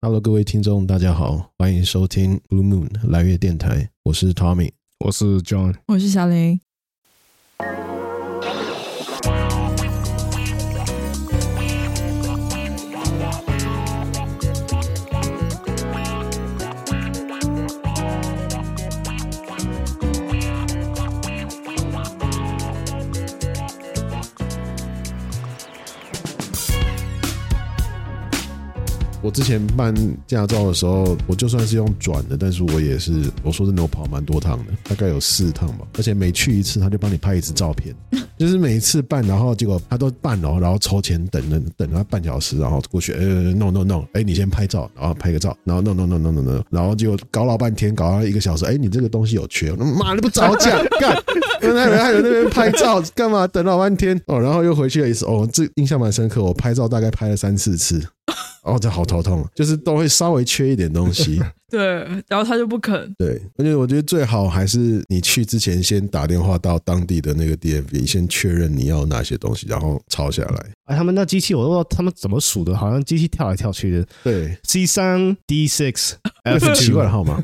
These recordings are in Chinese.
Hello，各位听众，大家好，欢迎收听 Blue Moon 蓝月电台，我是 Tommy。我是 John，我是小林。我之前办驾照的时候，我就算是用转的，但是我也是，我说真的，我跑蛮多趟的，大概有四趟吧。而且每去一次，他就帮你拍一次照片， 就是每一次办，然后结果他都办了，然后抽钱等了等了半小时，然后过去，呃，no no no，哎，你先拍照，然后拍个照，然后 no no no no no no，然后就搞老半天，搞到一个小时，哎，你这个东西有缺，妈你不早讲，干， 那人还有那边拍照干嘛？等老半天哦，然后又回去了一次，哦，这印象蛮深刻，我拍照大概拍了三四次。哦，这好头痛，就是都会稍微缺一点东 西。对，然后他就不肯。对，而且我觉得最好还是你去之前先打电话到当地的那个 DMV，先确认你要哪些东西，然后抄下来。哎，他们那机器我都不知道他们怎么数的，好像机器跳来跳去的对， ，C 三 D six 那 F 很 two，奇怪的号 码，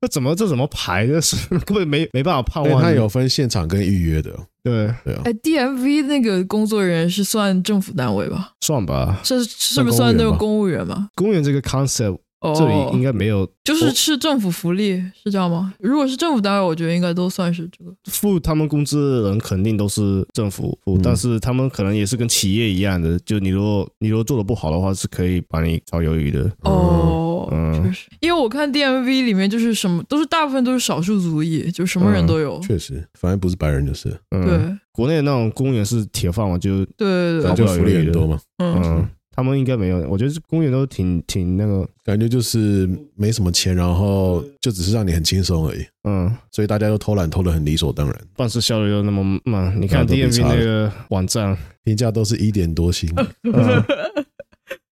那怎么这怎么排的？是根本没没办法判因为断。它哎有分现场跟预约的。对，对啊，哎，DMV 那个工作人员是算政府单位吧？算吧。是是不是算那个公务员嘛？公园这个 concept 哦，这里应该没有就是是政府福利，是这样吗？如果是政府单位，我觉得应该都算是这个。付他们工资的人肯定都是政府付，嗯但是他们可能也是跟企业一样的，就你如果你如果做的不好的话，是可以把你炒鱿鱼的。哦，嗯确实，因为我看 DMV 里面就是什么都是大部分都是少数族裔，就什么人都有。确实，反正不是白人就是了，嗯，对，国内那种公园是铁饭碗，就对对反正就对，福利很多嘛，嗯，嗯，他们应该没有，我觉得公园都挺挺那个，感觉就是没什么钱，然后就只是让你很轻松而已。嗯，所以大家都偷懒偷得很理所当然，办事效率又那么慢。你看那都 D 没 M V 差了那个网站，评价都是一点多 星，嗯、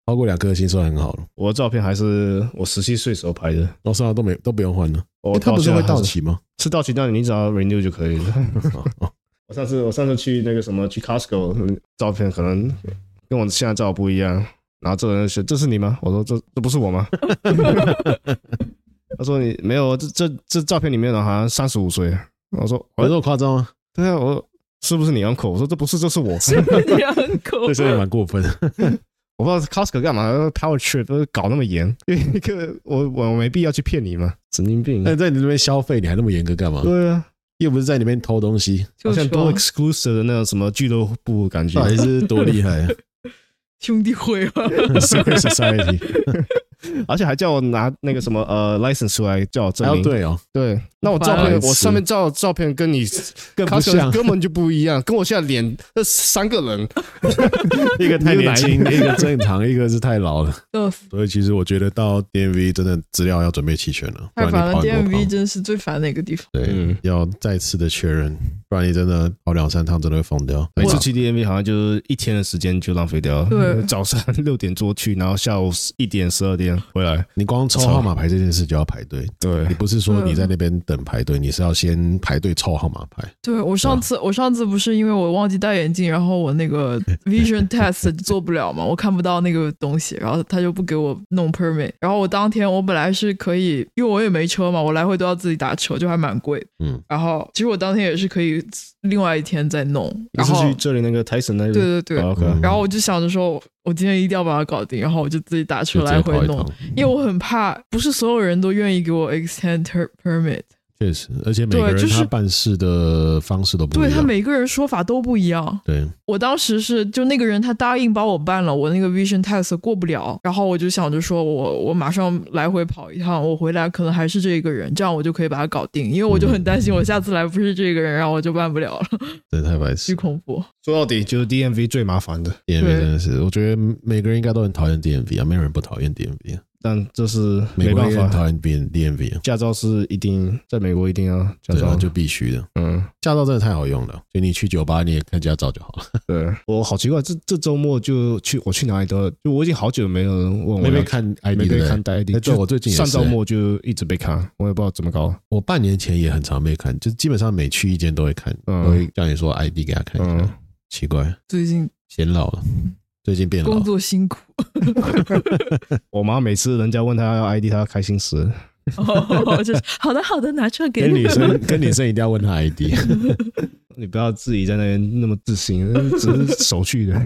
超过两颗星算很好了。我的照片还是我十七岁时候拍的。然后剩下都没都不用换了，我哦它不是现在会还到，期吗？是到期，但你只要 renew 就可以了。 哦我上次我上次去那个什么去 Costco，嗯照片可能跟我现在照不一样。然后这人说：“这是你吗？”我说：“这这不是我吗？” 他说：“你没有，啊这这这照片里面的好像三十五岁。”我说：“有我这说么夸张吗？对啊，我说是不是你 uncle？” 我说：“这不是，这是我。” 两口这真的蛮过分。我不知道 Costco 干嘛 Power Trip 都搞那么严，因为一个我我没必要去骗你嘛，神经病 那在你那边消费，你还那么严格干嘛？对啊，又不是在里面偷东西， 好就像多说 exclusive 的那种什么俱乐部感觉到底是多厉害啊兄弟会吧。 ？Secret Society 而且还叫我拿那个什么呃 license 出来叫我还证要明。对哦，对，那我白照片痴我上面照的照片跟你更不 Costco 像根本就不一样，跟我现在脸这三个人，一个太年轻，你 哪一一个正常，一个是太老了。呃，所以其实我觉得到 DMV 真的资料要准备齐全了，不太然你烦了跑很多，DMV 趟。真是最烦的一个地方。对嗯，要再次的确认，不然你真的跑两三趟真的会疯掉。每次去 DMV 好像就是一天的时间就浪费掉了。对早上六点多去，然后下午一点十二点回来。你光抽号码牌这件事就要排队，对你不是说你在那边等排队，你是要先排队抽号码牌。对我上次，我上次不是因为我忘记戴眼镜，然后我 那个 vision test 做不了嘛，我看不到那个东西，然后他就不给我弄 permit，然后我当天我本来是可以，因为我也没车嘛，我来回都要自己打车，就还蛮贵。嗯，然后其实我当天也是可以另外一天再弄，你然是后去这里那个 Tyson 那里？对对对，哦，OK，嗯然后我就想着说，我今天一定要把它搞定，然后我就自己打车就直接来回跑一弄趟，。因为我很怕不是所有人都愿意给我 extend ter- permit，确实，而且每个对人就他是办事的方式都不对一他样。每个人说法都不一样。对，我当时是就那个人，他答应帮我办了，我那个 vision test 过不了，然后我就想着说我我马上来回跑一趟，我回来可能还是这一个人，这样我就可以把它搞定，因为我就很担心我下次来不是这个人，然后我就办不了了，真的太白巨痴。恐怖。说到底就是 DMV 最麻烦的， DMV 对真的是，我觉得每个人应该都很讨厌 DMV 啊，没有人不讨厌 DMV，啊但这是每没个办人也很法，讨厌 DMV，啊驾照是一定在美国一定要驾对照啊，就必须的。嗯，驾照真的太好用了，就你去酒吧你也看驾照就好了，对我好奇怪，这这周末就去我去哪里都，就我已经好久没有人问我没要被去看 ID 没的被人看待 ID，哎对就我最近也是上周末就一直被看，我也不知道怎么搞，我半年前也很常被看，就基本上每去一间都会看，嗯哎都会叫你说 ID 给他看一下，嗯奇怪，最近显老了。最近变工老，作 辛苦。我妈每次人家问她要 ID，她开心死了。哦，就是好的好的，拿出来给跟你哎女。生跟女生一定要问她 ID，你不要自己在那边那么自信，只是手续的。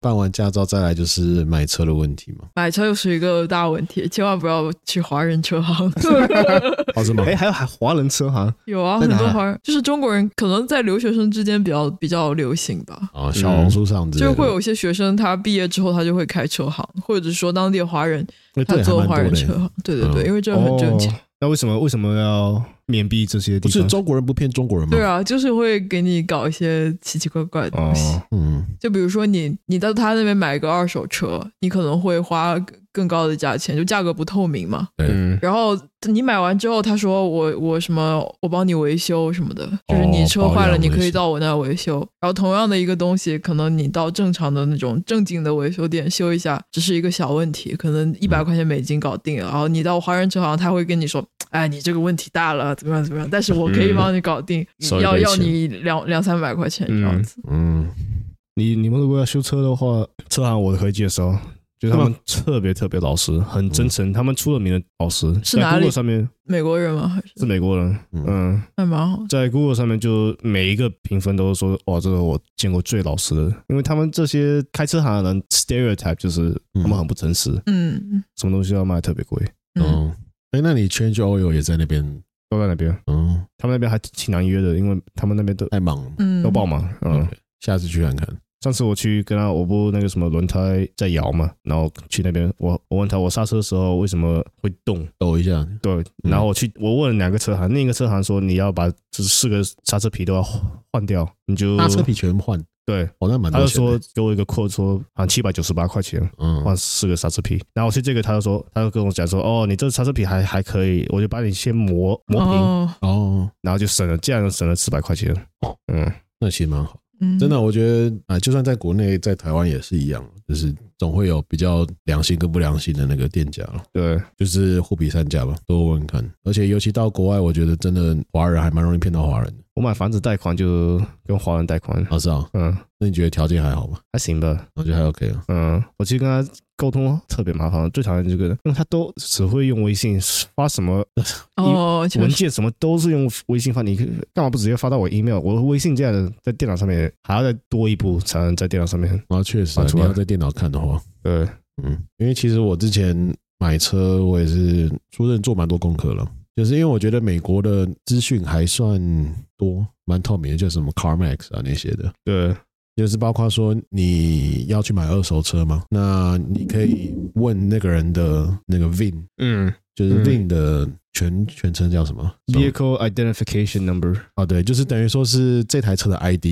办完驾照再来就是买车的问题嘛，买车又是一个大问题，千万不要去华人车行。 哦是吗哎、？还有还华人车行，有啊，在很哪多华人就是中国人，可能在留学生之间比较比较流行吧。啊，小红书上之类嗯就的会有一些学生，他毕业之后他就会开车行，或者说当地的华人哎他对做还华蛮人多的车行，对对对，嗯因为这很挣钱。哦。那为什么为什么要面壁这些不地是方？中国人不骗中国人吗？对，啊，就是会给你搞一些奇奇怪怪的东西。哦，嗯，就比如说你你到他那边买个二手车，你可能会花更更高的价钱，就价格不透明嘛。对嗯，然后你买完之后，他说我我什么我帮你维修什么的，就是你车坏哦保了，养你可维以修到我那儿维修。然后同样的一个东西，可能你到正常的那种正经的维修店修一下，只是一个小问题，可能一嗯百块钱美金搞定了。然后你到华人车行，他会跟你说，哎，你这个问题大了，怎么样怎么样，但是我可以帮你搞定，嗯收一要堆要钱你两两三百块钱这样嗯子。嗯，你你们如果要修车的话，车行我可以介绍，哦就是他们特别特别老实，很真嗯诚，他们出了名的老实。是在哪里 Google 上面美国人吗？还是是美国人，嗯嗯，还蛮好的。在 Google 上面就每一个评分都是说，哇，这个我见过最老实的，因为他们这些开车行的人 stereotype 就是嗯他们很不诚实，嗯什么东西要卖特别贵，嗯嗯，哦，哎，那你 Change Oil 也在那边？都在那边。嗯，他们那边还挺难约的，因为他们那边都太忙了，嗯都爆满。嗯， OK，下次去看看。上次我去跟他，我不那个什么轮胎在摇嘛，然后去那边，我我问他我刹车的时候为什么会动，抖一下，对，嗯然后我去我问了两个车行，另一个车行说你要把这四个刹车皮都要换掉，你就刹车皮全换，对，哦，那蛮他多就钱的。说给我一个扣，说好像七百九十八块钱。换嗯，四个刹车皮，然后我去这个，他就说，他就跟我讲说，哦，你这刹车皮还还可以，我就把你先磨磨平，哦，哦，然后就省了，这样省了四百块钱。嗯，那其实蛮好。嗯，真的，我觉得啊、就算在国内，在台湾也是一样，就是总会有比较良心跟不良心的那个店家了，对，就是货比三家吧，多问问看。而且尤其到国外，我觉得真的华人还蛮容易骗到华人的。我买房子贷款就跟华人贷款，老师啊，嗯，那你觉得条件还好吗？还行吧，我觉得还 OK 啊。嗯，我其实跟他沟通特别麻烦，最讨厌这个，因为他都只会用微信发什么哦，确文实件，什么都是用微信发，你干嘛不直接发到我 email？我微信这样的在电脑上面还要再多一步才能在电脑上面，然后确实、啊，啊出你来要在电脑看的话，对，嗯，因为其实我之前买车，我也是出任做蛮多功课了，就是因为我觉得美国的资讯还算多，蛮透明的，就是什么 CarMax 啊那些的，对，就是包括说你要去买二手车嘛，那你可以问那个人的那个 VIN，嗯就是嗯 VIN 的全、全称叫什么？ ，vehicle identification number，哦，对，就是等于说是这台车的 ID，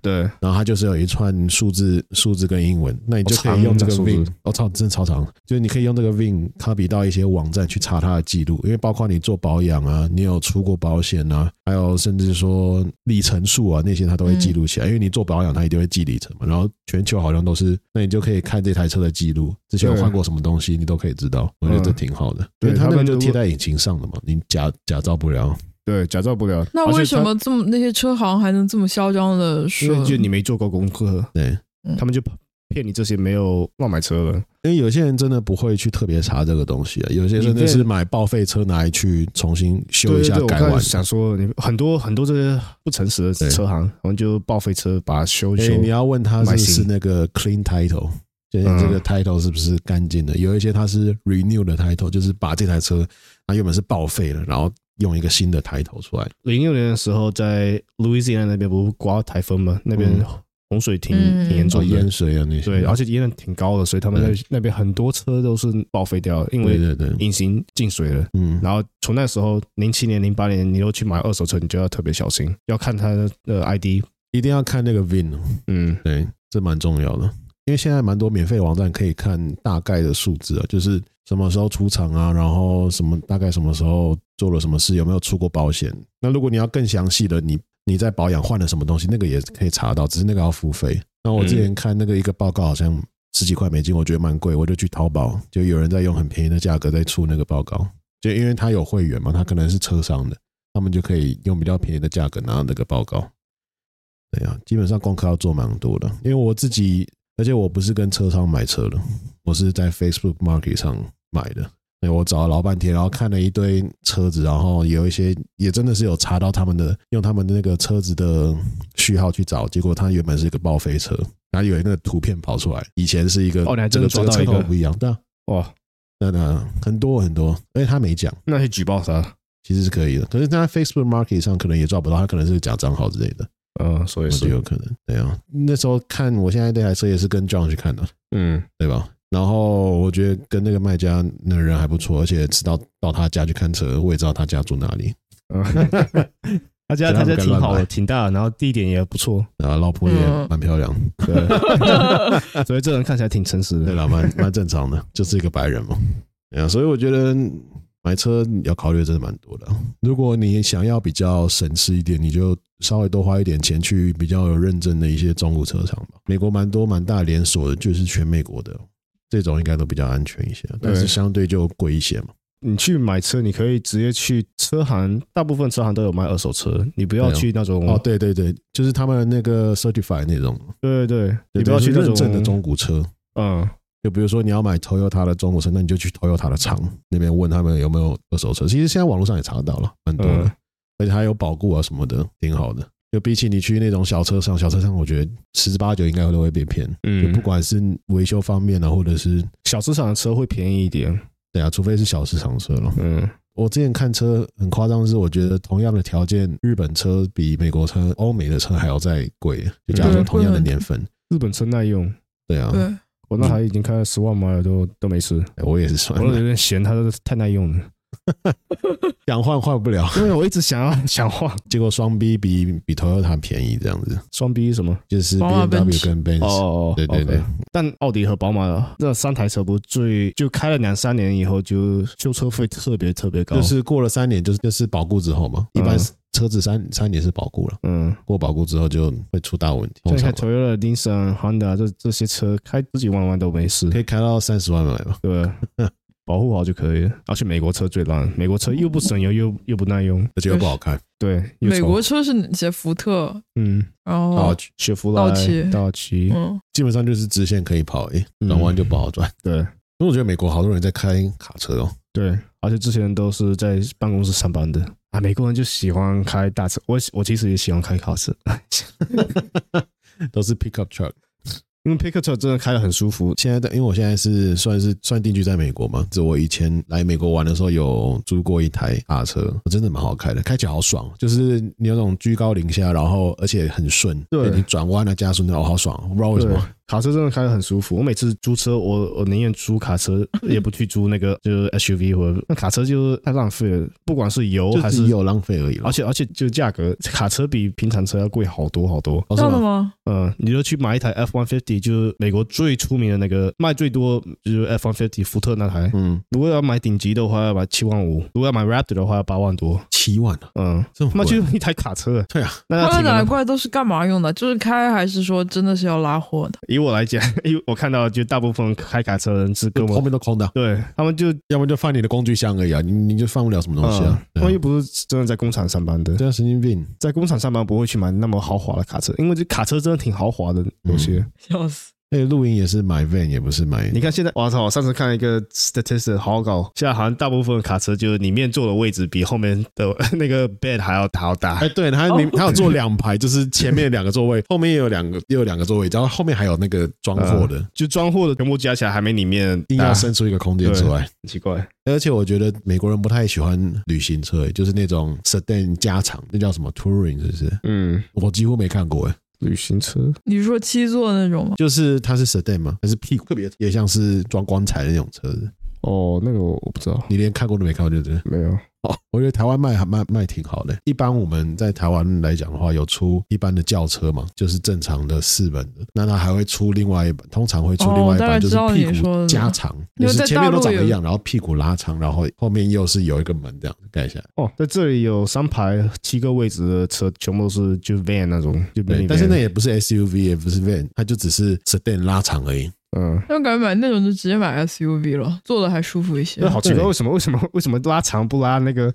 对。然后它就是有一串数字、数字跟英文，那你就可以好长用这那个数 Vim，字哦，超真的超长，就是你可以用这个 Vim copy 到一些网站去查它的记录，因为包括你做保养啊，你有出过保险啊，还有甚至说里程数啊那些，它都会记录嗯起来，因为你做保养它一定会记里程嘛。然后全球好像都是，那你就可以看这台车的记录，之前有对嗯换过什么东西，你都可以知道。我觉得这挺好的，因对为它他那个们就如贴果在引擎上的嘛，你假假造不了。对，假造不了。那为什么这么那些车行还能这么嚣张的因说为？就你没做过功课，对，他们就骗你这些没有乱买车的人。因为有些人真的不会去特别查这个东西啊，有些真的是买报废车拿来去重新修一下对对对改我完刚才。想说你很多很多这些不诚实的车行，我们就报废车把它修一所修以。哎你要问他是买不新是那个 clean title，就是你这个嗯 title 是不是干净的？有一些它是 renew 的 title，就是把这台车它原本是报废了，然后用一个新的 title 出来。零六年的时候，在 Louisiana 那边不是刮台风嘛，那边嗯洪水挺嗯哦挺严做重的淹。水啊那些。对，而且淹的挺高的，所以他们那那边很多车都是报废掉，因对为对对，引擎进水了。嗯，然后从那时候，零七年、零八年，你又去买二手车，你就要特别小心，要看它的呃 ID。一定要看那个 VIN，哦嗯，对，这蛮重要的，因为现在蛮多免费网站可以看大概的数字啊，就是什么时候出厂啊，然后什么大概什么时候做了什么事，有没有出过保险。那如果你要更详细的，你你在保养换了什么东西，那个也可以查到，只是那个要付费。那我之前看那个一个报告，好像十几块美金，我觉得蛮贵，我就去淘宝，就有人在用很便宜的价格在出那个报告，就因为他有会员嘛，他可能是车商的，他们就可以用比较便宜的价格拿到那个报告。对啊，基本上功课要做蛮多的，因为我自己而且我不是跟车商买车的，我是在 Facebook Market 上买的。对，我找了老半天，然后看了一堆车子，然后有一些也真的是有查到他们的，用他们的那个车子的呃序号去找，结果它原本是一个报废车，然后有一个图片跑出来，以前是一个哦你还这个这真的抓个到车一个头不一样，对啊，哇，那那很多很多，而且他没讲，那去举报他，其实是可以的，可是他在 Facebook Market 上可能也抓不到，他可能是假账号之类的，嗯，所我以觉得是，有可能。对啊，那时候看我现在那台车也是跟 John 去看的， 嗯，对吧？然后我觉得跟那个卖家那个人还不错，而且知道到他家去看车，我也知道他家住哪里。嗯他家他家挺好 的，挺大的，然后地点也不错，啊，老婆也嗯蛮漂亮，对， 所以这人看起来挺诚实对的。啦，蛮蛮正常的，就是一个白人嘛。对啊，所以我觉得买车要考虑的真的蛮多的。啊如果你想要比较省事一点，你就稍微多花一点钱去比较有认证的一些中古车厂吧。美国蛮多蛮大连锁的，就是全美国的这种应该都比较安全一些，啊但是对相对就贵一些嘛。你去买车，你可以直接去车行，大部分车行都有卖二手车，你不要对啊去那种哦，对对对，就是他们那个 certify 那种，对对对，你不要对去就是那认种证的中古车。嗯，就比如说你要买 Toyota 的中古车，那你就去 Toyota 的厂那边问他们有没有二手车。其实现在网络上也查得到了，蛮多的，嗯而且还有保固啊什么的，挺好的。就比起你去那种小车上，小车上我觉得十之八九应该都会被骗。嗯就不管是维修方面啊，或者是小市场的车会便宜一点，对啊，除非是小市场车了。嗯，我之前看车很夸张，是我觉得同样的条件，日本车比美国车、欧美的车还要再贵。就假如说对同样的年份，日本车耐用，对啊，对，我那台已经开了十万迈了，都都没事。哎我也是算 我有点嫌它太耐用了，想换换不了，因为我一直想要 想换结果双 B 比比 Toyota 便宜，这样子双 B 什么。就是宝马 BMW Benz 跟 Benz，、哦对对对 OK 但奥迪和宝马这三台车不是最就开了两三年以后，就修车费特别特别高。就是过了三年，就是就是保固之后嘛，一嗯般车子三三年是保固了，嗯，过保固之后就会出大问题，像通常开嘛 Toyota、Nissan、Honda 这这些车开十几万万都没事可，以开到三十万买吧。对吧，保护好就可以了。而且美国车最烂，美国车又不省油又又不耐用，而且又不好看，对，又美丑国车是哪些？福特，嗯，然后啊，雪佛兰、道奇道奇，嗯，基本上就是直线可以跑，诶，嗯转弯就不好转。对因为我觉得美国好多人在开卡车哦，对，而且之前都是在办公室上班的啊，美国人就喜欢开大车，我我其实也喜欢开卡车，都是 pickup truck。因为 pickup truck 真的开得很舒服，现在的，因为我现在是算是算定居在美国嘛，就我以前来美国玩的时候有租过一台卡车，真的蛮好开的，开起来好爽，哦就是你有种居高临下，然后而且很顺，对你转弯啊加速那种好爽，我不知道为什对么。卡车真的开得很舒服。我每次租车，我我宁愿租卡车，也不去租那个就是 SUV 或者那卡车就是太浪费了，不管是油还就只是有浪费而已了而，且而且就价格，卡车比平常车要贵好多好多。哦这是样的吗吗？嗯，你就去买一台 F one fifty，就是美国最出名的那个卖最多就是 F one fifty 福特那台。嗯，如果要买顶级的话，要买七万五；如果要买 Raptor 的话，要八万多。七万啊，嗯，这么那贵就是一台卡车。对啊，那他要们挺拿能。过来都是干嘛用的？就是开还是说真的是要拉货 的？以我来讲，因为我看到就大部分开卡车的人是跟后我，面都空的啊，对他们就要不然就放你的工具箱而已啊，你你就放不了什么东西啊嗯，，他们对又啊不是真的在工厂上班的，这样神经病，在工厂上班不会去买那么豪华的卡车，因为这卡车真的挺豪华的，有些。笑死！那个露营哎也是买 van 也不是买，你看现在，我操！我上次看一个 statistic 好搞，现在好像大部分卡车就是里面坐的位置比后面的 那个 bed 还要好大 哎，。对，他哦你他有坐两排，就是前面两个座 位，后面也有两个，也有两个座位，然后后面还有那个装货的，就装货的全部加起来还没里面硬大要，伸出一个空间出来。很奇怪。啊而且我觉得美国人不太喜欢旅行车，欸就是那种 sedan 加长，那叫什么 touring，是不是？嗯，我几乎没看过哎，旅行车你是说七座那种吗？就是它是 sedan 吗？还是屁股特别也像是装棺材的那种车子？哦，那个我我不知道，你连看过都没看过，对不对？没有。哦，我觉得台湾卖还卖卖挺好的。一般我们在台湾来讲的话，有出一般的轿车嘛，就是正常的四门的，那它还会出另外一版，通常会出哦另外一大版，概就知是道你屁说股的加长，因就为是在前面都大陆长得有一样，然后屁股拉长，然后后面又是有一个门这样盖起来。哦，在这里有三排七个位置的车，全部都是就 van 那种，就对， mini 但是 van 那也不是 SUV，也不是 van，它就只是 sedan 拉长而已。嗯，但我感觉买那种就直接买 SUV 了，坐的还舒服一些那，好奇怪，对为什么为什么为什么拉长不拉那个？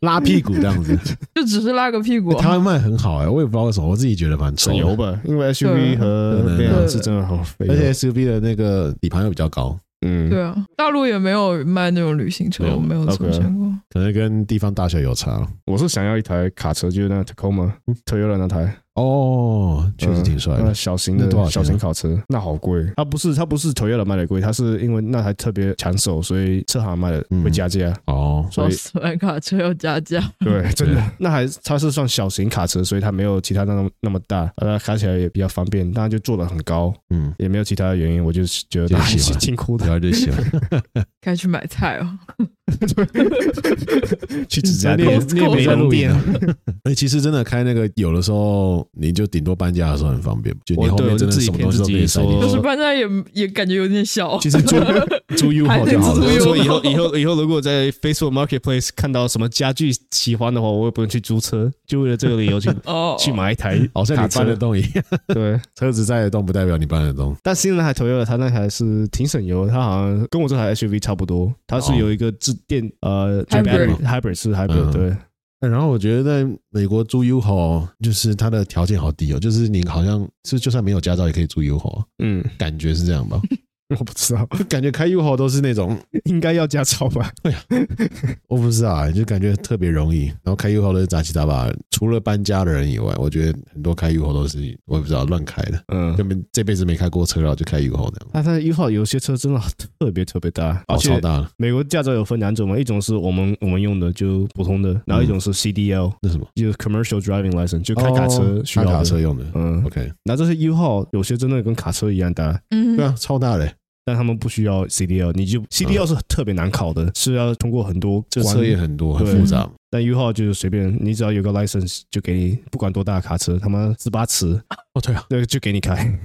拉屁股这 样子。就只是拉个屁股啊欸、。台湾卖很好哎、我也不知道为什么，我自己觉得蛮臭省的油吧，因为 SUV 和对那对样对是真的好费油，而且 SUV 的那个底盘又比较高，嗯，对啊，大陆也没有卖那种旅行车没，有我没有 OK 从见过。可能跟地方大小有差我是想要一台卡车，就是那个 Tacoma、Toyota 那台，哦，确实挺帅那的。小型的那多少钱啊小型卡车，那好贵。它不是它不是 Toyota 卖的贵，它是因为那台特别抢手，所以车行卖的嗯会加价。哦，所笑以死，买卡车要加价， 对，真的，那还它是算小型卡车，所以它没有其他那么那么大，呃，它开起来也比较方便，当然就坐的很高，嗯，也没有其他的原因，我就觉得就喜 欢是挺酷的然，后就喜欢该去买菜哦。去指甲你也店、你也没美在容录影店啊。哎，其实真的开那个，有的时候你就顶多搬家的时候很方便，就你我后对面我真的自己什么骗东西自都可己以塞进说去可。是搬家也也感觉有点小，其实租 租 U 号就好还得了租。U 我说以后以后以后，如果在 Facebook Marketplace 看到什么家具喜欢的话，我也不用去租车，就为了这个理由 去哦，去买一台好像卡你搬得车。动一 样，对，车子载得动不代表你搬得动。但新的那台 Toyota 它那台是挺省油，它好像跟我这台 SUV 差不多，它是哦有一个自电呃 Hybrid hybrid 是 hybrid 嗯对，然后我觉得在美国租 U 号就是它的条件好低哦，就是你好像是就算没有驾照也可以租 U 号，嗯，感觉是这样吧？我不知道， 就感觉开 U 号都是那种应该要驾照吧？我不知道、啊，就感觉特别容易。然后开 U 号都是杂七杂八的，除了搬家的人以外，我觉得很多开 U 号都是我也不知道乱开的，嗯。根本这辈子没开过车，然后就开 U 号那样，那它的 U 号有些车真的特别特别大，而哦，超且大了。美国驾照有分两种嘛，一种是我们我们用的就普通的，然后一种是 CDL，、那什么，就是 commercial driving license，就开卡车哦需开要的。卡车用的。嗯， OK，那这些 U 号有些真的跟卡车一样大，嗯对，啊，超大嘞，但他们不需要 CDL，你就 CDL 是特别难考的，是要通过很多嗯这关车也。很多，很对复杂。但 U 号就是随便，你只要有个 license 就给你，不管多大的卡车，他妈十八尺， 哦，对啊，那个就给你开。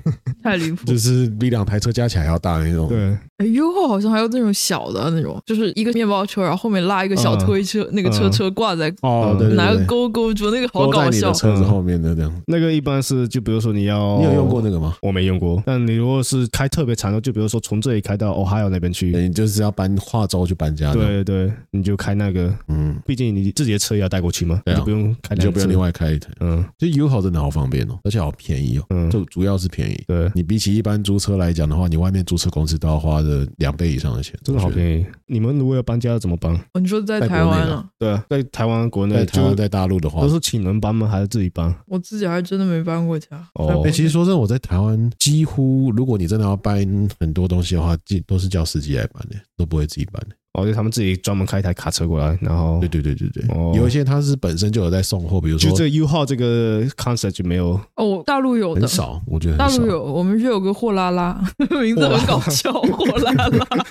太离谱。就是比两台车加起来还要大那种。对，哎优酷好像还有那种小的那种，就是一个面包车，然后后面拉一个小推车，那个车嗯车挂在哦，对对拿个对，钩勾住，那个好都在搞你笑的。车子后面的这样。那个一般是就比如说你要，你有用过？那个吗？我没用过。但你如果是开特别长的，就比如说从这里开到 Ohio 那边去，你就是要搬跨州去搬家的。，对对，你就开那个，嗯，毕竟你自己的车也要带过去嘛，对啊你就不用开你两就不用次另外开一台。嗯就 U 号真的好方便哦，而且好便宜哦。嗯，就主要是便宜。对，你比起一般租车来讲的话，你外面租车公司都要花的两倍以上的钱，真的好宜。便宜。你们如果要搬家怎么搬？哦你说在在国内台湾的啊？对啊，在台湾国内在台湾、就在大陆的话都，是请人搬吗？还是自己搬？我自己还真的没搬过家。哦在国哎、内其实说真的，我在台湾几乎，如果你真的要搬很多东西的话，几都是叫司机来搬的，都不会自己搬的。哦，就他们自己专门开一台卡车过来，然后对对对对对，哦有一些他是本身就有在送货，比如就说这 U 号这个 concept 就没有。哦，我大陆有的很，少，我觉得大很少陆。有，我们是有个货拉拉， 名字很搞笑，货拉拉。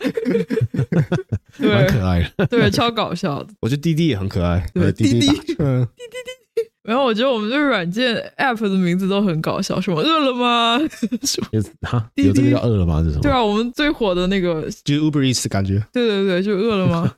蛮对可爱的，对，超搞笑的。 我觉得滴 滴也很可爱。对，滴滴滴滴嗯，然后我觉得我们这软件 app 的名字都很搞笑，什么饿了吗？有哈，滴滴有这个叫饿了吗？是什么？对啊，我们最火的那个，就是 Uber Eats 的感觉。对对对，就是饿了吗？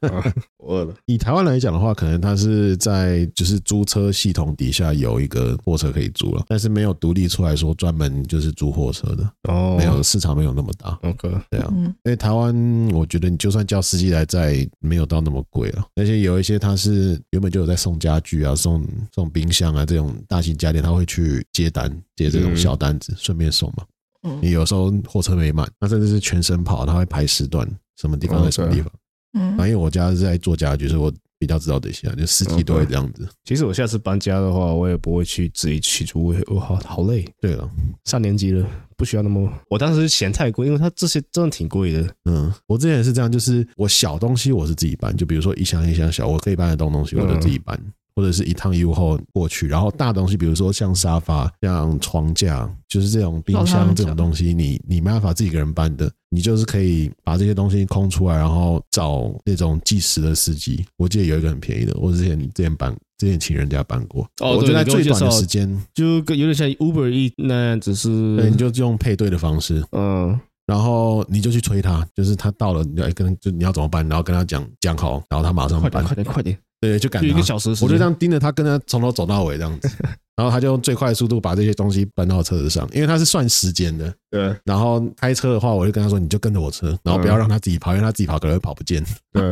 我饿了。以台湾来讲的话，可能它是在就是租车系统底下有一个货车可以租了，但是没有独立出来说专门就是租货车的，哦，没有市场没有那么大。 OK，对啊，嗯，因为台湾我觉得你就算叫司机来载，没有到那么贵了。而且有一些他是原本就有在送家具啊、送送冰箱啊这种大型家电，他会去接单接这种嗯小单子，顺便送嘛。嗯你有时候货车没满，那甚至是全省跑，他会排时段，什么地方在什么 OK 地方。嗯反，正我家是在做家具，所以我比较知道这些啊，就司机都会这样子。其实我下次搬家的话，我也不会去自己去租，我好好累。对啊了，上年级了，不需要那么。我当时嫌太贵，因为它这些真的挺贵的。嗯，我之前也是这样，就是我小东西我是自己搬，就比如说一箱一箱小，我可以搬得动东西，嗯我就自己搬。或者是一趟 U 后过去，然后大东西，比如说像沙发、像床架，就是这种冰老箱汤这种东西，你你没办法自己一个人搬的，你就是可以把这些东西空出来，然后找那种计时的司机。我记得有一个很便宜的，我之前之前搬，之前请人家搬过，哦我对就在你给我最短的介绍嗯时间，就跟有点像 Uber E 那样，只是对，你就用配对的方式，嗯然后你就去催他，就是他到了，你就哎跟就你要怎么办，然后跟他讲讲好，然后他马上快搬点，快点快点，对，就赶就一他个，小时的时我就间，这样盯着他，跟他从头走到尾这样子，然后他就用最快的速度把这些东西搬到车子上，因为他是算时间的。对然后开车的话，我就跟他说，你就跟着我车，然后不要让他自己跑，因为他自己跑可能会跑不见，对，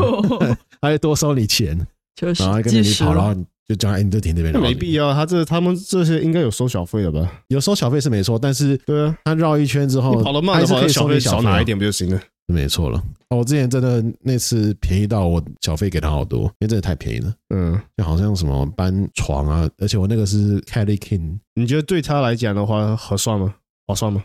他会多收你钱， 确实然后还跟着计你时跑，然后你就叫他，哎，你就停 这边，啊那然后 没你必要。他这他们这些应该有收小费的吧？有收小费是没错，但是对啊，他绕一圈之后，你跑得慢哦的还是话，可以小收费你小少费啊拿一，点不就行了？没错了。哦，我之前真的那次便宜到我小费给他好多，因为真的太便宜了，嗯，就好像什么搬床啊，而且我那个是 Kelly King，你觉得对他来讲的话合算吗？划算吗？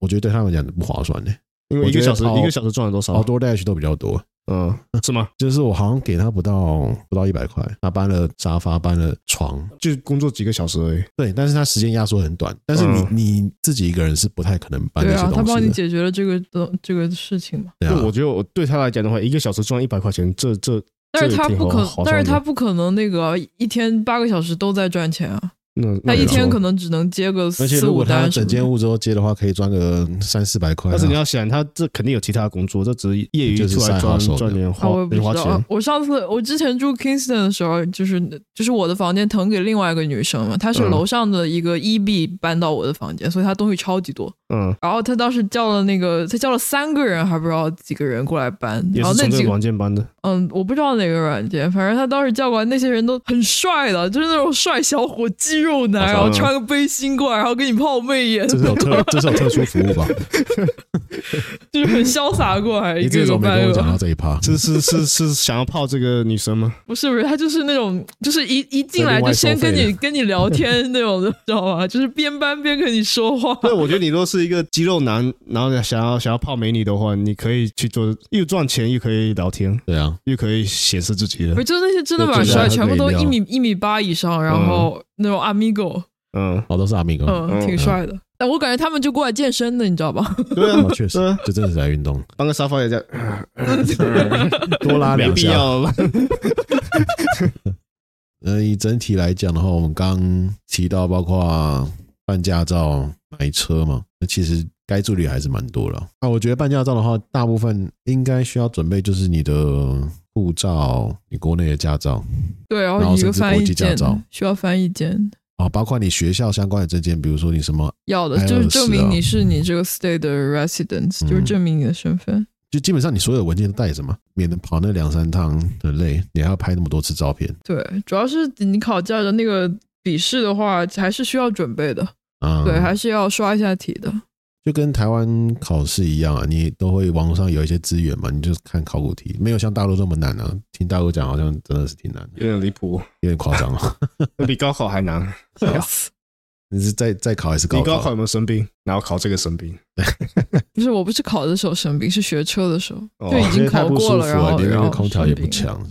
我觉得对他们讲的不划算呢、因为我一觉个得小时跑一个小时赚了多少？哦好，多 dash 都比较多，嗯，是吗？就是我好像给他不到不到一百块，他搬了沙发，搬了床，就工作几个小时而已。对，但是他时间压缩很短，但是你、嗯你自己一个人是不太可能搬那对些啊，他东帮西你的，解决了这个东这个事情嘛。对就啊我，觉得我对他来讲的话，一个小时赚一百块钱，这这但是他这也挺不好可划，算的但是他不可能那个一天八个小时都在赚钱啊，那他一天可。那没错能只能接个而且四如五果他单什整么间的。屋子都接的话，可以赚个三四百块啊、但是你要想，他这肯定有其他工作，这只是业余就是出来赛赚好手的赚点啊，我花也不知零花道啊钱。。我上次我之前住 Kingston 的时候，就是就是我的房间腾给另外一个女生嘛，她是嗯楼上的一个 EB 搬到我的房间，所以她东西超级多。嗯，然后她当时叫了那个，她叫了三个人，还不知道几个人过来搬。也然哦是后那从这几个个，软件搬的。嗯，我不知道哪个软件，反正她当时叫过来那些人都很帅的，就是那种帅小伙、肌肉男，好然像后穿个背心过来，然后跟你泡妹一样，这是有特这是有特殊服务吧？就是很潇洒过来，你 一个这一个种没搬跟我过讲来到。这一趴， 是是是是想要泡这个女生吗？不是不是，他就是那种，就是一一进在来另就外先收费跟的你 跟你聊天那种的，知道吗？就是边搬边跟你说话。对，我觉得你若是一个肌肉男，然后想要想要泡美女的话，你可以去做，又赚钱又可以聊天，对啊，又可以显示自己不的是，。就那些真的蛮就就是帅，他全部可以都聊嗯一米一米八以上，然后那种 amigo，嗯，我都是阿明哥，嗯，嗯挺帅的。但我感觉他们就过来健身的，你知道吧？ 对啊哦，确实对啊，这真的是在运动，搬个沙发也这样，多拉没两必下。要了。呃，以整体来讲的话，我们刚提到包括办驾照、买车嘛，那其实该注意的还是蛮多了。那我觉得办驾照的话，大部分应该需要准备就是你的护照、你国内的驾照对，然然后后一个甚至翻国译际驾件照，需要翻译件，啊，包括你学校相关的证件，比如说你什么，要的还就有是是证明啊你是你这个 state 的 resident，就是嗯证明你的身份。就基本上你所有文件都带着嘛，免得跑那两三趟很累，你还要拍那么多次照片对，主要是你考驾照那个笔试的话，还是需要准备的，啊。对，还是要刷一下题的。就跟台湾考试一样啊，你都会网络上有一些资源嘛，你就看考古题，没有像大陆这么难啊。听大陆讲好像真的是挺难的，有点离谱，有点夸张啊。 那比高考还难。笑死！你是再再考还是啊高你高考考？有没有生病？然后考这个生病，不是，我不是考的时候生病，是学车的时候、哦就已因经为太考不过舒服啊然后里面然的后空调也生不病，强，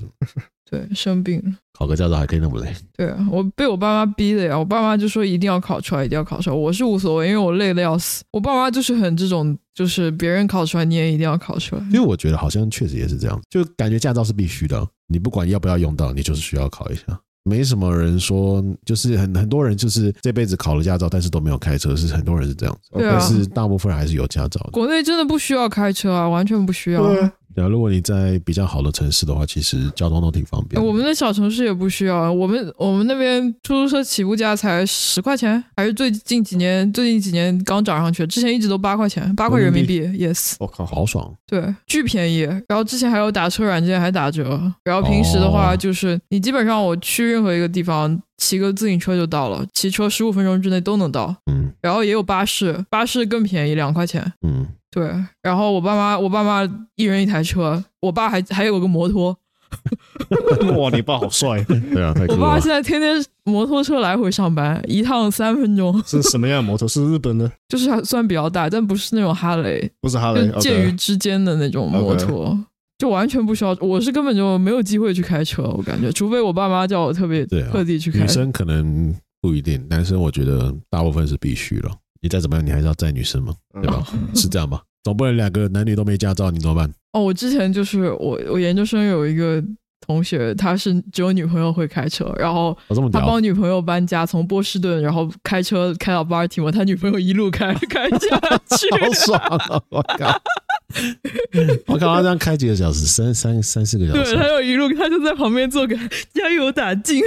对，生病了。考个驾照还可以那么累。对啊我被我爸妈逼的呀，我爸妈就说一定要考出来，一定要考出来。我是无所谓，因为我累的要死。我爸妈就是很这种，就是别人考出来你也一定要考出来。因为我觉得好像确实也是这样，就感觉驾照是必须的，你不管要不要用到，你就是需要考一下。没什么人说，就是很很多人就是这辈子考了驾照，但是都没有开车，是很多人是这样子。对啊但是大部分人还是有驾照的。国内真的不需要开车啊，完全不需要。对啊，对啊，如果你在比较好的城市的话，其实交通都挺方便的。哎我们的小城市也不需要，啊我们我们那边出租车起步价才十块钱，还是最近几年最近几年刚涨上去，之前一直都八块钱，八块人民币，yes。我靠，豪爽，对，巨便宜。然后之前还有打车软件还打折，然后平时的话哦就是你基本上我去任何一个地方骑个自行车就到了，骑车十五分钟之内都能到。嗯然后也有巴士，巴士更便宜，两块钱。嗯，对，然后我爸妈，我爸妈一人一台车，我爸还还有个摩托，哇，你爸好帅，对 啊，太酷了我爸吧。现在天天摩托车来回上班，一趟三分钟， 是什么样的摩托？是日本的，就是还算比较大，但不是那种哈雷，不是哈雷就。介于 OK，之间的那种摩托就完全不需要。我是根本就没有机会去开车，我感觉，除非我爸妈叫我特别对啊特地去开女。生可能不一定，男生我觉得大部分是必须了。你再怎么样，你还是要载女生嘛，嗯对吧？是这样吧？总不能两个男女都没驾照，你怎么办？哦，我之前就是我我研究生有一个同学，他是只有女朋友会开车，然后我、哦这么他屌，帮女朋友搬家，从波士顿然后 开车开到巴尔的摩，他女朋友一路开开下去。 好爽啊！我靠，我刚刚这样开几个小时，三三三四个小对，他时，有一路，他就在旁边做个加油打劲，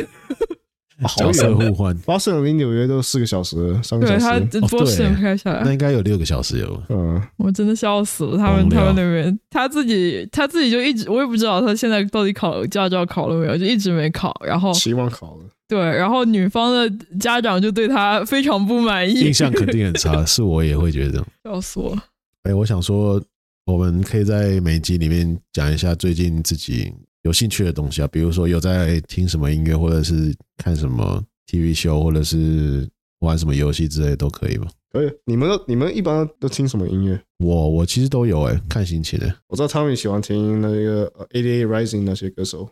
好角色远。互换，巴塞罗离纽约都四个小时，三个对小他时。哦 Boston 对开下来那，应该有六个小时有吧。嗯，我真的笑死了。他好们无聊他们那边他自己他自己就一直，我也不知道他现在到底考驾照考了没有，就一直没考。然后期望考了。对，然后女方的家长就对他非常不满意印，象肯定很差，是我也会觉得这样。笑死我了。哎，我想说，我们可以在每一集里面讲一下最近自己有兴趣的东西啊，比如说有在听什么音乐，或者是看什么 TV 秀，或者是玩什么游戏之类都可以吧。可以，你们都你们一般都听什么音乐？我我其实都有哎、看心情的、我知道 Tommy 喜欢听那个呃 A D A Rising 那些歌手，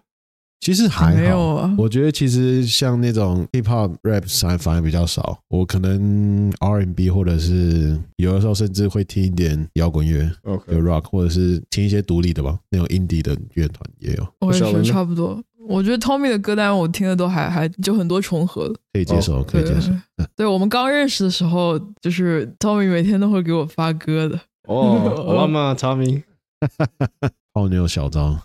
其实还好没有啊我觉得其实像那种 hip hop rap 反反而比较少，我可能 R N B 或者是有的时候甚至会听一点摇滚乐， OK，有 rock 或者是听一些独立的吧，那种 indie 的乐团也有，我也小文是呢差不多。我觉得 Tommy 的歌单我听的都还还就很多重合的，可以接受，哦可以接受。对，对我们刚认识的时候，就是 Tommy 每天都会给我发歌的。哦， 好浪漫啊，Tommy，泡妞小张，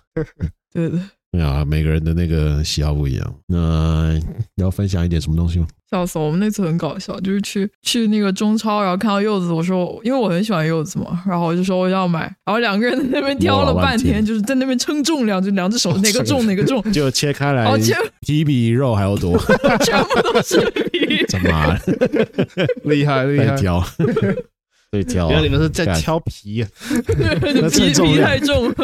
对的，对啊，每个人的那个喜好不一样。那要分享一点什么东西吗？笑死我！我们那次很搞笑，就是去去那个中超，然后看到柚子，我说因为我很喜欢柚子嘛，然后我就说我要买，然后两个人在那边挑了哇半半天，天就是在那边称重量，就两只手哪个重哪个重， 就切开来哦切皮比肉还要 多，全部都是皮。 怎么啊厉害厉啊害在， 挑？对挑啊、原来你们是在干挑皮啊，那称皮重皮量太重了，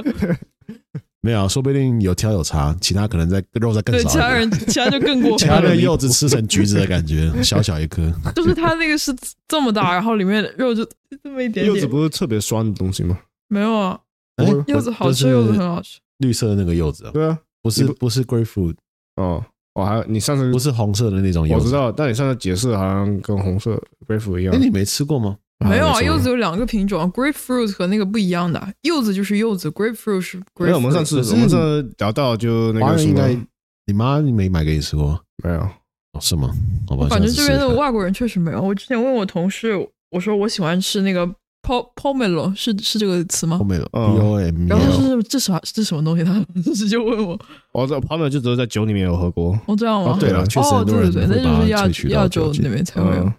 没有啊，说不定有挑有差，其他可能在肉在更对少一点。其他人其他就更过其分他了。的柚子吃成橘子的感觉， 小小一颗。就是它那个是这么大，然后里面肉就这么一点柚子点，不是特别酸的东西吗？没有啊。哎不会柚子好吃，就是柚子很好吃。绿色的那个柚子啊，对啊，不是你不不是 grapefruit，哦，我还有你上次不是红色的那种柚我子。知。道，但你上次解释好像跟红色 brief 一样啊哎，，你没吃过吗？没有啊，没错柚子有两个品种，grapefruit 啊和那个不一样的。啊柚子就是柚子，grapefruit 是 grapefruit。没有，我们上次可是我们上次聊到就那华个人什应么该，你妈没买给你吃过吗？没有，哦，是吗？好吧，我感觉这边下次试试的看外国人确实没有。我之前问我同事，我说我喜欢吃那个 po pomelo，是是这个词吗后？面的哦 P 哦嗯 O M 然后他 E 说这啥这什么东西？他 直接问我，我知道泡面哦就只有在酒里面有喝过，哦这样吗？哦，对了，确实哦很多对人对会对，那就是把它亚萃取亚到洲酒那精。边才会有嗯。，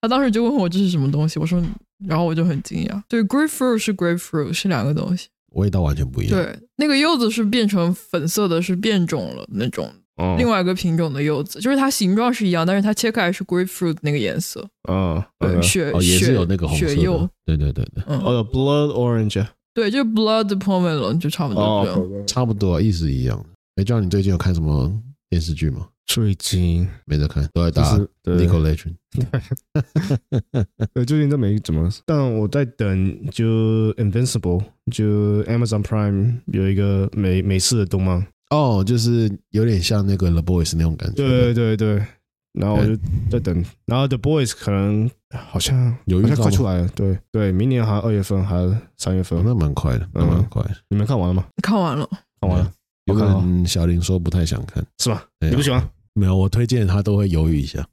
他当时就问我这是什么东西，我说，然后我就很惊讶，对，grapefruit 是 grapefruit 是两个东西，味道完全不一样。，对，那个柚子是变成粉色的，是变种了那种哦另外一个品种的柚子，就是它形状是一样，但是它切开来是 grapefruit 那个颜色，嗯，对，嗯雪哦，也雪是有那个红色雪柚的，。对对对对，嗯，哦有，blood orange，对，就是 blood pomelo 就差不多这样。哦，差不多意思一样。哎，叫你最近有看什么电视剧吗？最近没得看，都在就打是 l 呃 e 对 g a Legend。 对，最近都没怎么，但我在等就 Invincible，就 Amazon Prime 有一个美美式的动漫，哦，就是有点像那个 The Boys 那种感觉。对对对，然后我就在等，然后 The Boys 可能好像有预好像告快吗出来了，对对，明年好像二月份还是三月哦份，那蛮快的，那嗯蛮快的。你们看完了吗？看完了， 看完了有可好嗯看能小林说不太想看，是吧？对啊你不喜欢？没有，我推荐他都会犹豫一下。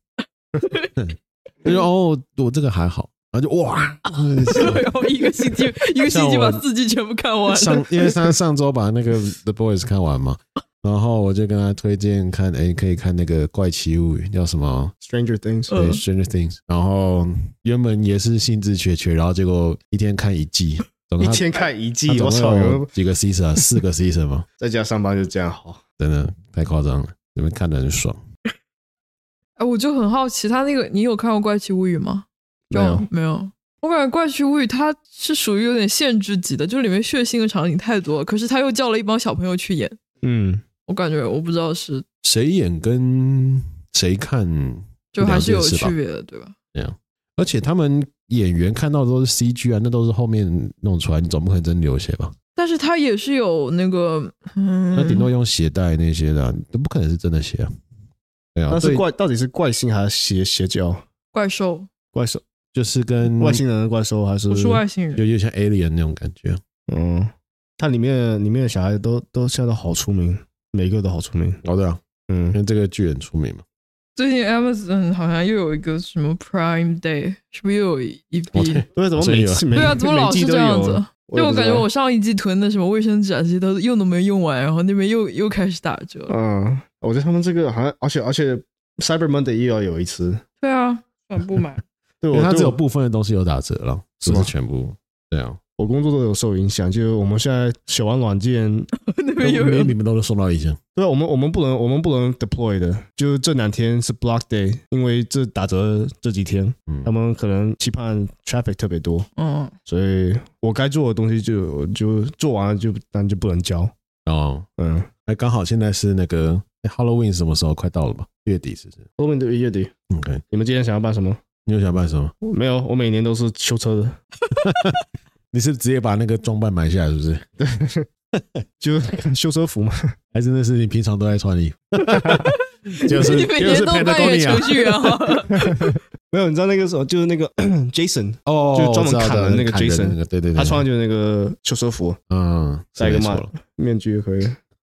他说：“哦，我这个还好。”然后就哇，然后一个星期一个星期像把我四季全部看完了。上因为他上周把那个 The Boys 看完嘛，然后我就跟他推荐看，哎，可以看那个《怪奇物语》，叫什么 Stranger Things，对《嗯 Stranger Things》，然后原本也是兴致缺缺，然后结果一天看一季，总一共他天看一季，他 我总操共，有几个 season 啊？四个 season 嘛，在家上班就这样好。真的太夸张了，你们看的很爽。哎，我就很好奇，他那个你有看过《怪奇物语》吗？没有没有。我感觉《怪奇物语》它是属于有点限制级的，就是里面血腥的场景太多了，可是他又叫了一帮小朋友去演，嗯，我感觉我不知道是谁演跟谁看就还是有两件事吧区别的，对吧？嗯而且他们演员看到的都是 CG 啊，那都是后面弄出来，你总不可能真流血吧？但是它也是有那个，嗯，那顶多用鞋带那些的啊、都不可能是真的血啊。对啊，但是对怪到底是怪性还是邪邪教？怪兽，怪兽、就是跟外星人的怪兽还是？嗯我是啊外星人，有点像 Alien 那种感觉。嗯，它里面里面的小孩都都现在都好出名，每个都好出名。哦，对啊，嗯因，为这个剧很出名嘛。最近 Amazon 好像又有一个什么 Prime Day，是不是又有一哦批？对，怎么所以每有次每对啊，怎么每老季是都这样有子？也就我不知感觉道我上一季囤的什么卫生纸啊这些都用都没用完，然后那边又又开始打折了。嗯，我觉得他们这个好像，而且而且 Cyber Monday 又要有一次，对啊，反不买。对因我为它对只有我部分的东西有打折了，是不吗是全部。对啊，我工作都有受影响，就是我们现在写完软 件， 那边因有为人你们都收到一箱，对啊，我们我们不能我们不能 deploy 的，就是这两天是 block day，因为这打折这几天，嗯他，们可能期盼 traffic 特别多，嗯，所以我该做的东西就就做完了就但就不能交，哦，嗯，哎，刚好现在是那个、哎 Halloween 什么时候快到了吧？月底是不是后面的月底， ？OK，你们今天想要办什么？你有想办什么？没有，我每年都是修车的，你是直接把那个装扮买下来是不是？就是修车 服嘛，还真的是你平常都在穿的衣服？ 就是 你每就是天都扮演 Patagonia 程序 员啊？没有，你知道那个时候就是那个 Jason，哦，就是我专门知道砍的那个砍的 Jason 那个对对对，他穿的就是那个修车服，嗯，是戴一个没错帽了。面具也可以。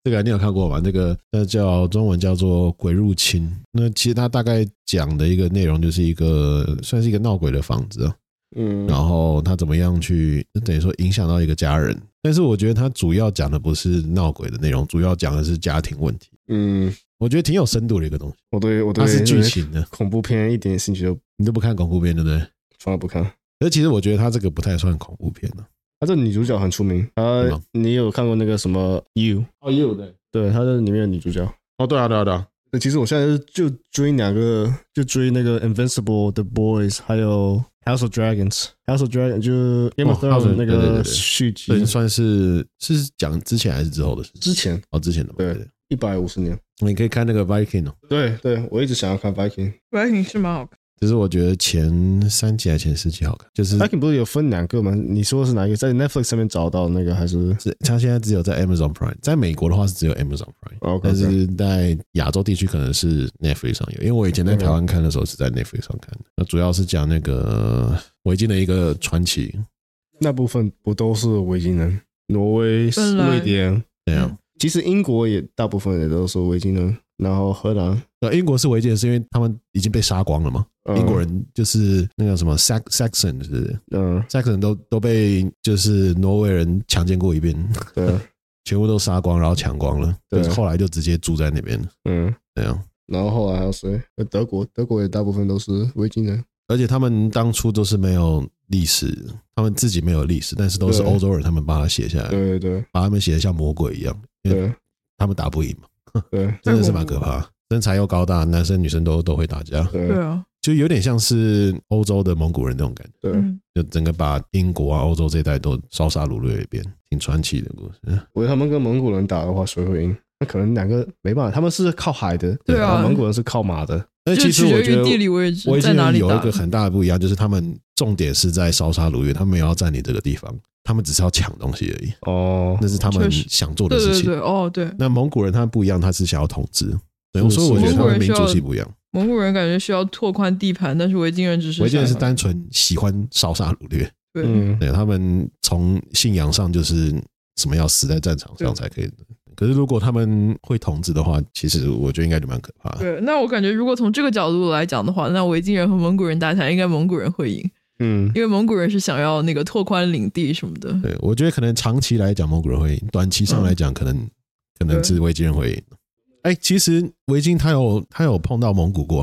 这个你有看过吗？这个那叫中文叫做《鬼入侵》。那其实它大概讲的一个内容就是一个算是一个闹鬼的房子啊，嗯，然后他怎么样去等于说影响到一个家人。但是我觉得他主要讲的不是闹鬼的内容，主要讲的是家庭问题。嗯，我觉得挺有深度的一个东西，我对我对它是剧那些情的，恐怖片一点兴趣都你都不看恐怖片对不对？从来不看。可是其实我觉得他这个不太算恐怖片啊了、他这女主角很出名，啊是吗，你有看过那个什么 You？哦，也有对，对，她是里面的女主角。哦，对啊，对啊，对啊，对其实我现在就追两个，就追那个 Invincible、The Boys，还有 House of Dragons。House of Dragons 就是 Game of 哦 House Thrones of- 对那对对对个续集所，以算是是讲之前还是之后的事情？之前哦，之前的嘛对对。对一百五十年。你可以看那个 Viking 哦，对对，我一直想要看 Viking。白领是蛮好看。就是我觉得前三集还是前四集好看，就是那 i 不是有分两个吗？你说的是哪一个？在 Netflix 上面找到那个还是是它现在只有在 Amazon Prime，在美国的话是只有 Amazon Prime， ？OK，但是在亚洲地区可能是 Netflix 上有，因为我以前在台湾看的时候是在 Netflix 上看的。那主要是讲那个维京的一个传奇，那部分不都是维京人？挪威、芬兰瑞典，对啊，其实英国也大部分也都是维京人，然后荷兰、那啊英国是维京人，是因为他们已经被杀光了嘛？呃英国，人就是那个什么 Sax Saxon 是不是嗯， Saxon 都都被就是挪威人强奸过一遍，对，全部都杀光，然后抢光了，对就是后来就直接住在那边，嗯，对啊。然后后来还有谁？呃德国，德国也大部分都是维京人，而且他们当初都是没有历史，他们自己没有历史，但是都是对欧洲人，他们把它写下来，对对把他们写的像魔鬼一样，因为对他们打不赢嘛，对真的是蛮可怕。身材又高大，男生女生都都会打架，对对对啊，就有点像是欧洲的蒙古人那种感觉，对，嗯，就整个把英国啊、欧洲这一带都烧杀掳掠一遍，挺传奇的故事。我觉得他们跟蒙古人打的话，谁会赢？那可能两个没办法，他们是靠海的，对啊然后蒙古人是靠马的，那就其实取我决觉于得地理位置我已在经哪里有一打个。很大的不一样，就是他们重点是在烧杀掳掠，他们没有要占领这个地方，他们只是要抢东西而已，哦那，是他确们实想做的对事对情对，。哦对，那蒙古人他们不一样，他是想要统治，所以是所以我觉得是他们蒙古人民需要族性不一样。蒙古人感觉需要拓宽地盘，但是维京人只是维京人是想单纯喜欢烧杀掳掠，对，嗯，对他们从信仰上就是什么要死在战场上才可以。可是如果他们会统治的话，其实我觉得应该就蛮可怕的。对，那我感觉如果从这个角度来讲的话，那维京人和蒙古人打起来，应该蒙古人会赢，嗯，因为蒙古人是想要那个拓宽领地什么的。对，我觉得可能长期来讲蒙古人会赢，短期上嗯来讲可能、可能是维京人会赢。哎，其实维京他有他有碰到蒙古过，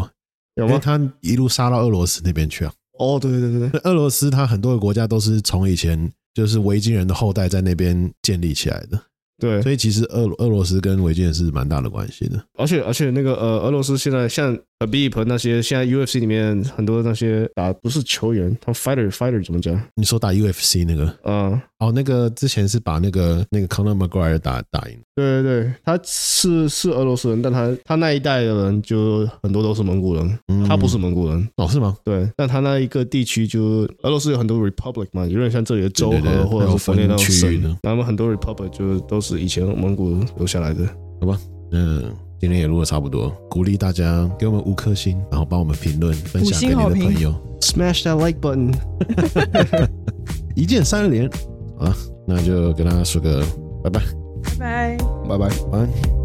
有因为吗？他一路杀到俄罗斯那边去啊。哦，对对对对，那 俄罗斯它很多个国家都是从以前就是维京人的后代在那边建立起来的，对，所以其实俄俄罗斯跟维京人是蛮大的关系的。而且而且那个呃，俄罗斯现在像 a b i b 那些，现在 UFC 里面很多那些打不是球员，他们 fighter fighter 怎么讲？你说打 UFC 那个嗯，哦，那个之前是把那个那个 Conor McGregor 打打赢，对对对，他是是俄罗斯人，但他他那一代的人就很多都是蒙古人，嗯他不是蒙古人，哦是吗？对，但他那一个地区就俄罗斯有很多 republic 嘛，有点像这里的州对对对和或者还有是国内那种分区域的省，那么很多 republic 就都是以前蒙古留下来的。嗯，今天也录的差不多，鼓励大家给我们五颗星，然后帮我们评论分享给你五星好的评朋友， Smash that like button，一键三连。好了，那就跟大家说个拜拜，拜拜。拜拜。晚安。